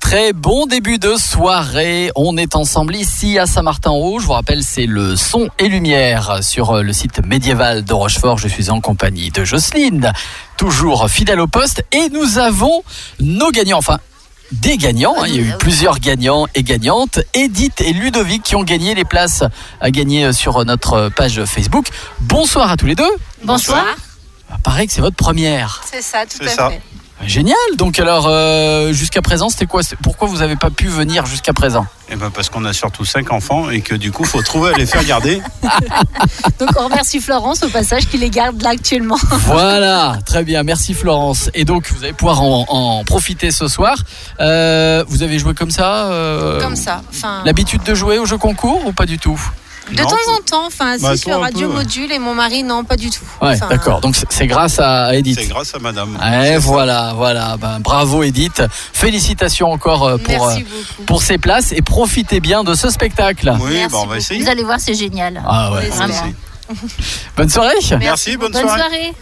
Très bon début de soirée. On est ensemble ici à Saint-Martin-Haut. Je vous rappelle, c'est le son et lumière sur euh, le site médiéval de Rochefort. Je suis en compagnie de Jocelyne, toujours fidèle au poste. Et nous avons nos gagnants. Enfin, des gagnants. hein. Il y a eu plusieurs gagnants et gagnantes. Edith et Ludovic qui ont gagné les places à gagner euh, sur notre page Facebook. Bonsoir à tous les deux. Ah, Bonsoir. Pareil que c'est votre première. C'est ça, tout C'est à ça. fait. Génial. Donc alors, euh, jusqu'à présent, c'était quoi C'est- Pourquoi vous n'avez pas pu venir jusqu'à présent Eh ben parce qu'on a surtout cinq enfants et que du coup, faut trouver à les faire garder. Donc on remercie Florence au passage qui les garde là actuellement. Voilà. Très bien. Merci Florence. Et donc, vous allez pouvoir en, en profiter ce soir. Euh, vous avez joué comme ça euh, Comme ça. Enfin, L'habitude de jouer au jeu concours ou pas du tout de Non, temps en temps, enfin, Bah, si toi, sur un Radio peu, ouais. Module et mon mari, non, pas du tout. Ouais, Enfin, d'accord. Donc c'est- c'est grâce à Edith. C'est grâce à madame. Ouais, voilà, voilà. Ben, bravo Edith. Félicitations encore euh, pour, Merci euh, beaucoup. pour ces places et profitez bien de ce spectacle. Oui, Merci bah, on beaucoup. va essayer. Vous allez voir, c'est génial. Ah ouais. On va Vraiment. essayer. Bonne soirée. Merci, bonne Bonne soirée. soirée.